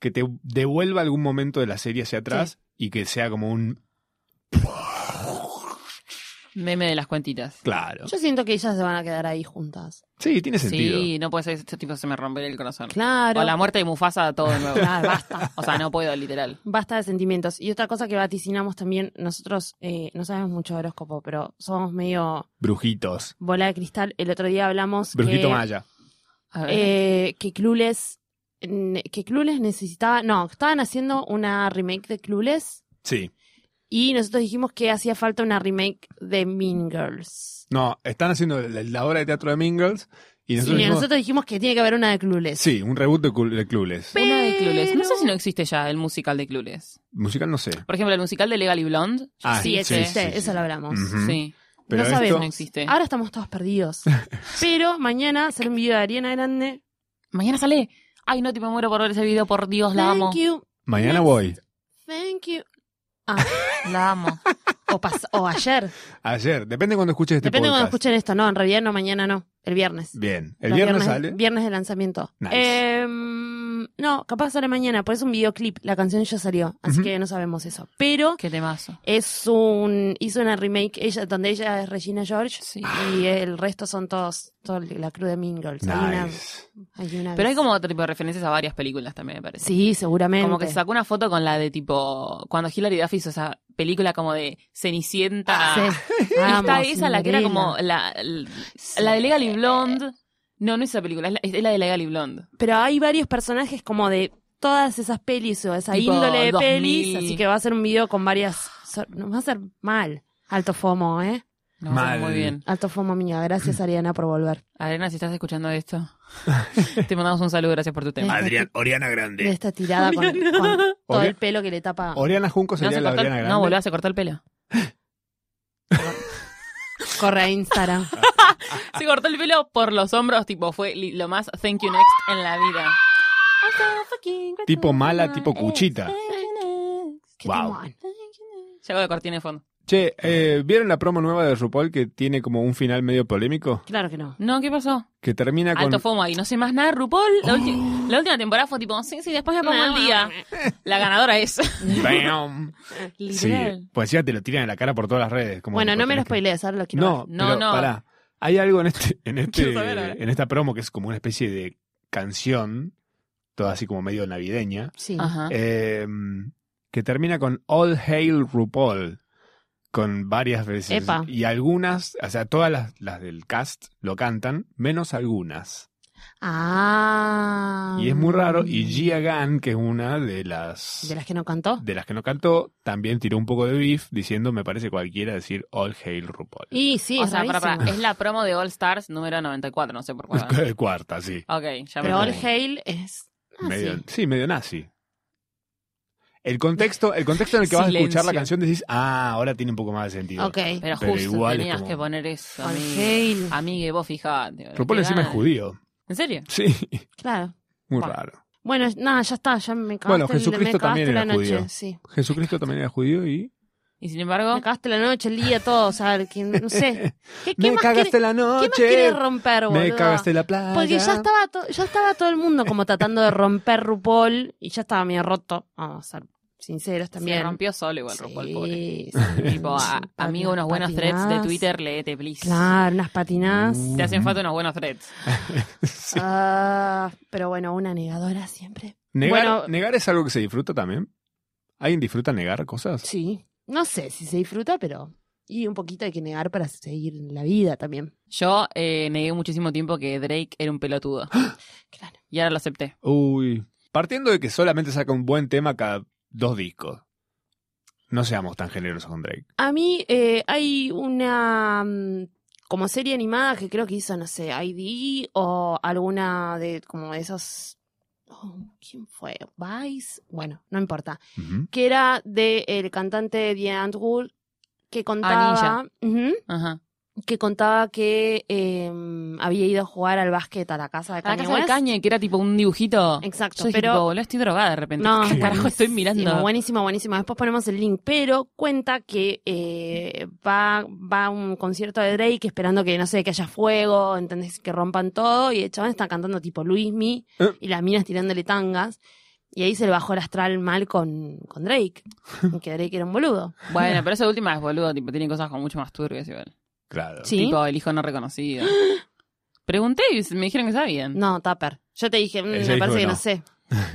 que te devuelva algún momento de la serie hacia atrás y que sea como un Meme de las cuentitas. claro. Yo siento que ellas se van a quedar ahí juntas. Sí, tiene sentido. Sí, no puede ser. Este tipo se me rompe el corazón. Claro. O la muerte de Mufasa, todo de nuevo. Claro, basta. O sea, no puedo, literal. Basta de sentimientos. Y otra cosa que vaticinamos también, nosotros eh, no sabemos mucho de horóscopo, pero somos medio Brujitos. bola de cristal. El otro día hablamos Brujito que, Maya. A ver. Eh, que Clueless ne- que Clueless necesitaba, no, estaban haciendo una remake de Clueless Sí. y nosotros dijimos que hacía falta una remake de Mean Girls. No, están haciendo la, la obra de teatro de Mingles y Y nosotros, dijimos- nosotros dijimos que tiene que haber una de Clueless. Sí, un reboot de, Cul- de Clueless. Uno de Clueless. No sé pero- si no existe ya el musical de Clueless. Musical no sé. Por ejemplo, el musical de Legally Blonde. Ah, Sí, existe, sí, sí. eso lo hablamos. Ujú. Sí. Pero no esto- No sabemos. existe. Ahora estamos todos perdidos. Pero mañana sale un video de Ariana Grande. Mañana sale. Ay, no, te me muero por ver ese video, por Dios, la amo. Thank you, Mañana voy. thank you. La amo. O, pas- o ayer. Ayer, depende cuando escuches este Depende de cuando podcast. escuchen esto. No, en realidad no, mañana no. El viernes. Bien, el Los viernes, sale. Viernes de lanzamiento. Nice. Em, no, capaz sale mañana, pues es un videoclip. La canción ya salió, así Ujú. que no sabemos eso. Pero Qué temazo. es un. Hizo una remake ella donde ella es Regina George Sí. y Ah. el resto son todos. Toda la crew de Mean Girls. Hay una- Nice. hay una- Pero hay como otro tipo de referencias a varias películas también, me parece. Sí, seguramente. Como que se sacó una foto con la de tipo. Cuando Hilary Duff hizo esa película como de Cenicienta. Ah, Sí. Ah. Y Vamos, está esa, la que era increíble. como. La, la de Legally Blonde. No, no es esa película, es la, es la de Legally Blonde. Pero hay varios personajes como de todas esas pelis o esa Tipo índole de 2000. pelis, así que va a ser un video con varias. so- Nos va a hacer mal. Alto FOMO, ¿eh? No, Mal. muy bien. Alto FOMO mía. Gracias, Ariana, por volver. Arena, si estás escuchando esto, te mandamos un saludo, gracias por tu tema. Ay, Adrián, Oriana Grande. De esta tirada con, con todo el pelo que le tapa. Oriana Junco No, sería se la cortó Oriana el, Grande. no, boluda, se cortó el pelo. Corre a Instagram. Ah. Se cortó el pelo por los hombros, tipo, fue li- lo más thank you next en la vida. Tipo mala, tipo cuchita. Este, Qué Wow. temón. Ya hago de cortina de fondo. Che, eh, ¿vieron la promo nueva de RuPaul que tiene como un final medio polémico? Claro que no. No, ¿qué pasó? Que termina con... Alto FOMO ahí, no sé más nada, RuPaul. La, Oh. ulti- la última temporada fue tipo, sí, sí, después me pongo el día. La ganadora es. Bam. Sí, pues ya te lo tiran en la cara por todas las redes. Como Bueno, no me lo tenés que- spoilees, ahora lo quiero No, No, pero no. pará. Hay algo en este, en este, Quiero saber ahora. en esta promo que es como una especie de canción, toda así como medio navideña, ver. Sí. Ajá. eh, que termina con All Hail RuPaul, con varias veces. Epa. Y algunas, o sea, todas las, las del cast lo cantan, menos algunas. Ah. Y es muy raro. Y Gia Gunn, que es una de las, ¿De las que no cantó? de las que no cantó, también tiró un poco de beef diciendo, me parece cualquiera decir All Hail RuPaul. Y sí, o es sea, pará, rarísimo. pará, es la promo de All Stars número 94, no sé por cuál. Cuarta, sí. ok, ya me Pero All perdí. Hail es. Ah, medio, sí. sí. medio nazi. El contexto, el contexto en el que vas a escuchar la Silencio. canción decís, ah, ahora tiene un poco más de sentido. Ok. Pero Pero justo igual es tenías como- que poner eso, All amigue. Hail. Amigue, vos fijate. RuPaul Qué encima es ganas. judío. ¿En serio? Sí, Claro. muy Bueno. raro. Bueno, nada, ya está, ya me cagaste, Bueno, el- me Jesucristo cagaste también era la noche. judío. Sí. Jesucristo también era judío y Y sin embargo, Me cagaste la noche, el día, todo, o sea, que, no sé. ¿Qué, qué me más cagaste quiere- la ¿Qué más noche. querés romper, boludo? me cagaste la playa. Porque Ah, ya estaba, to- ya estaba todo el mundo como tratando de romper RuPaul y ya estaba medio roto. Vamos a ser sinceros también. se rompió solo igual Sí, RuPaul, pobre. sí, Tipo, sí, a- pat- amigo, unos buenos patinadas. threads de Twitter, leete, please. Claro, unas patinadas. Te hacen falta unos buenos threads. Ah, pero bueno, una negadora siempre. Negar, Bueno. negar es algo que se disfruta también. ¿Alguien disfruta negar cosas? Sí. No sé si se disfruta, pero. Y un poquito hay que negar para seguir la vida también. Yo eh, negué muchísimo tiempo que Drake era un pelotudo. ¡Ah! Claro. Y ahora lo acepté. Uy. Partiendo de que solamente saca un buen tema cada dos discos. No seamos tan generosos con Drake. A mí eh, hay una mm, como serie animada que creo que hizo, no sé, ID o alguna de como de esos... oh, ¿Quién fue? Vice. Bueno, no importa. Ujú. Que era del el cantante The Antwoord que contaba... Ujú, Ajá. que contaba que eh, había ido a jugar al básquet a la casa de A la Kanye casa del West. Cañe, que era tipo un dibujito. Exacto, Yo dije, pero... tipo, boludo, estoy drogada de repente. No, ¿Qué carajo estoy buenísimo, mirando? Buenísimo, buenísimo. Después ponemos el link, pero cuenta que eh, va, va a un concierto de Drake esperando que, no sé, que haya fuego, ¿entendés? Que rompan todo. Y el chabón está cantando tipo Luismi Eh. y las minas tirándole tangas. Y ahí se le bajó el astral mal con, con Drake. y que Drake era un boludo. Bueno, pero esa última es boludo, tipo, tiene cosas como mucho más turbias igual. Claro. Sí. Tipo, el hijo no reconocido. Pregunté y me dijeron que está bien. No, Tupper. Yo te dije, mm, Ella me dijo parece que que no, no. sé.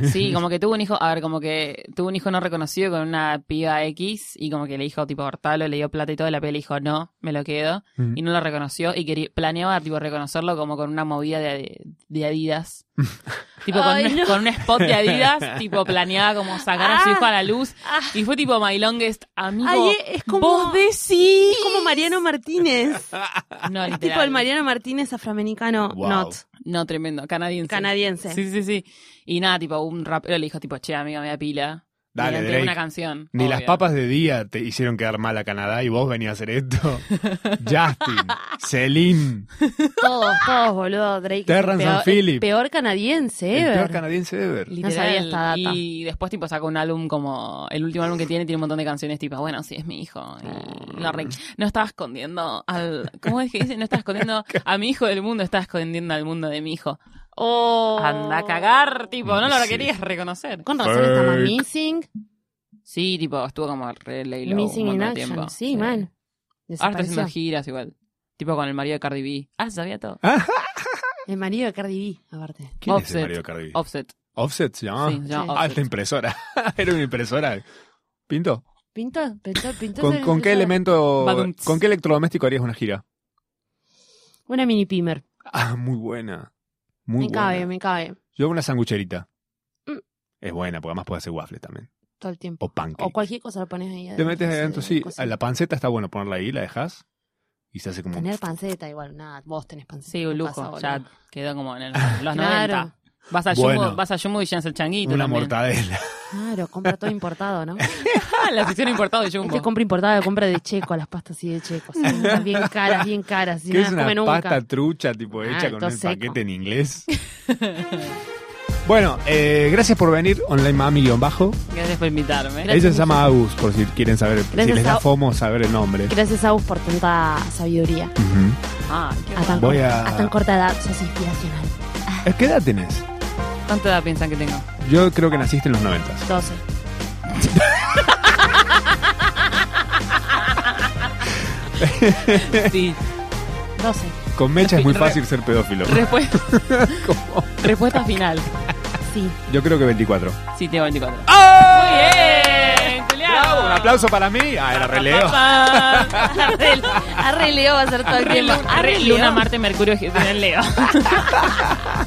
Sí, como que tuvo un hijo, a ver, como que tuvo un hijo no reconocido con una piba X y como que le dijo, tipo, hortalo, le dio plata y todo, y la piba le dijo, no, me lo quedo. Mm. Y no lo reconoció y quería, planeaba, tipo, reconocerlo como con una movida de, de Adidas. tipo, con, Ay, un, no. con un spot de Adidas, tipo, planeaba como sacar a su Ah. hijo a la luz. Ah. Y fue tipo, my longest amigo. Ay, eh, es como- Vos decís. Es como Mariano Martínez. No, es literal. tipo el Mariano Martínez afroamericano, Wow. not No, tremendo, canadiense. canadiense. Sí, sí, sí. Y nada, tipo, un rapero le dijo, tipo, che, amigo, me da pila. Dale, Mediante Drake. una canción. Ni obvio. las papas de día te hicieron quedar mal a Canadá y vos venías a hacer esto. Justin, Celine, Todos, todos, boludo. Drake. es el Terrence peor, and Philip. el peor canadiense, el ever. peor canadiense ever. Literal. No sabía esta data. Y después, tipo, saca un álbum como. El último álbum que tiene tiene un montón de canciones, tipo, bueno, sí, es mi hijo. Mm. Y la re- No estaba escondiendo al. ¿Cómo es que dice? No estaba escondiendo a mi hijo del mundo, estaba escondiendo al mundo de mi hijo. Oh. Anda a cagar, tipo, no lo Sí. querías reconocer. Con razón está más Fake. missing. Sí, tipo, estuvo como re lay low un Missing in montón de action. tiempo. Sí, man. Ahora está haciendo Desapareció. giras igual. Tipo con el marido de Cardi B. Ah, sabía todo. El marido de Cardi B, aparte. ¿Quién es el Offset. marido de Cardi B? Offset. Offset se llamaba. Sí, se llama Sí. Ah, Offset. esta impresora. Era una impresora. Pinto. ¿Pintó? ¿Pintó? ¿Pintó? ¿Con, esa con qué impresora? elemento, Badumts. con qué electrodoméstico harías una gira? Una mini pimer. Ah, muy buena. Muy Me buena. cabe, me cabe. Yo hago una sangucherita. Mm. Es buena, porque además puede hacer waffles también. Todo el tiempo. O pancakes. O cualquier cosa lo pones ahí. Te metes ahí sí, adentro, sí. cosas. A la panceta está bueno ponerla ahí, la dejas. Y se hace como. Tener panceta igual, nada. Vos tenés panceta. Sí, un ¿qué lujo. pasa, ya boludo? quedó como en el, los Claro. 90. Vas a Bueno. Jumbo, vas a Jumbo y llenas el changuito. una también. mortadela. Claro, compra todo importado, ¿no? la sección importada de Este Jumbo. compra importada, compra de checo, las pastas así de checo. sí, están bien caras, bien caras. Y ¿Qué no es las una come nunca. pasta trucha, tipo, Ah, hecha con todo un seco. paquete en inglés? bueno, eh, gracias por venir, online mami-bajo. Gracias por invitarme. Ella se llama Agus, por si quieren saber, si Gracias les da a- FOMO saber el nombre. Gracias a vos por tanta sabiduría. Ujú. Ah, qué A tan, bueno. Voy cor- a- a tan corta edad sos inspiracional. Eh, ¿Qué edad tenés? ¿Cuánta edad piensan que tengo? Yo creo que naciste en los 90. 12. Sí. 12. Con Mecha es muy Re- fácil ser pedófilo. Respuesta, respuesta final. Sí. Yo creo que 24. Sí, tengo 24. Muy bien, Julián. Bravo, Un aplauso para mí. Ah, era releo. Papá. Arreleo Ah, va a ser todo el Re- tiempo. Ah, Re- Arreleo. Luna, Marte, Mercurio, Júpiter, Leo.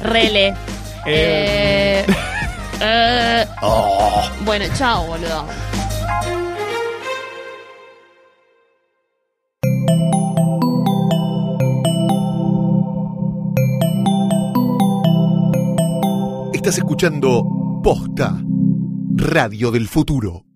Rele. Eh, Eh, eh, Oh. Bueno, chao, boludo. Estás escuchando Posta Radio del Futuro.